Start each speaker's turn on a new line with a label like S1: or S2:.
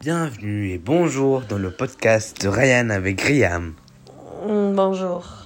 S1: Bienvenue et bonjour dans le podcast de Ryan avec Riam.
S2: Mm, Bonjour.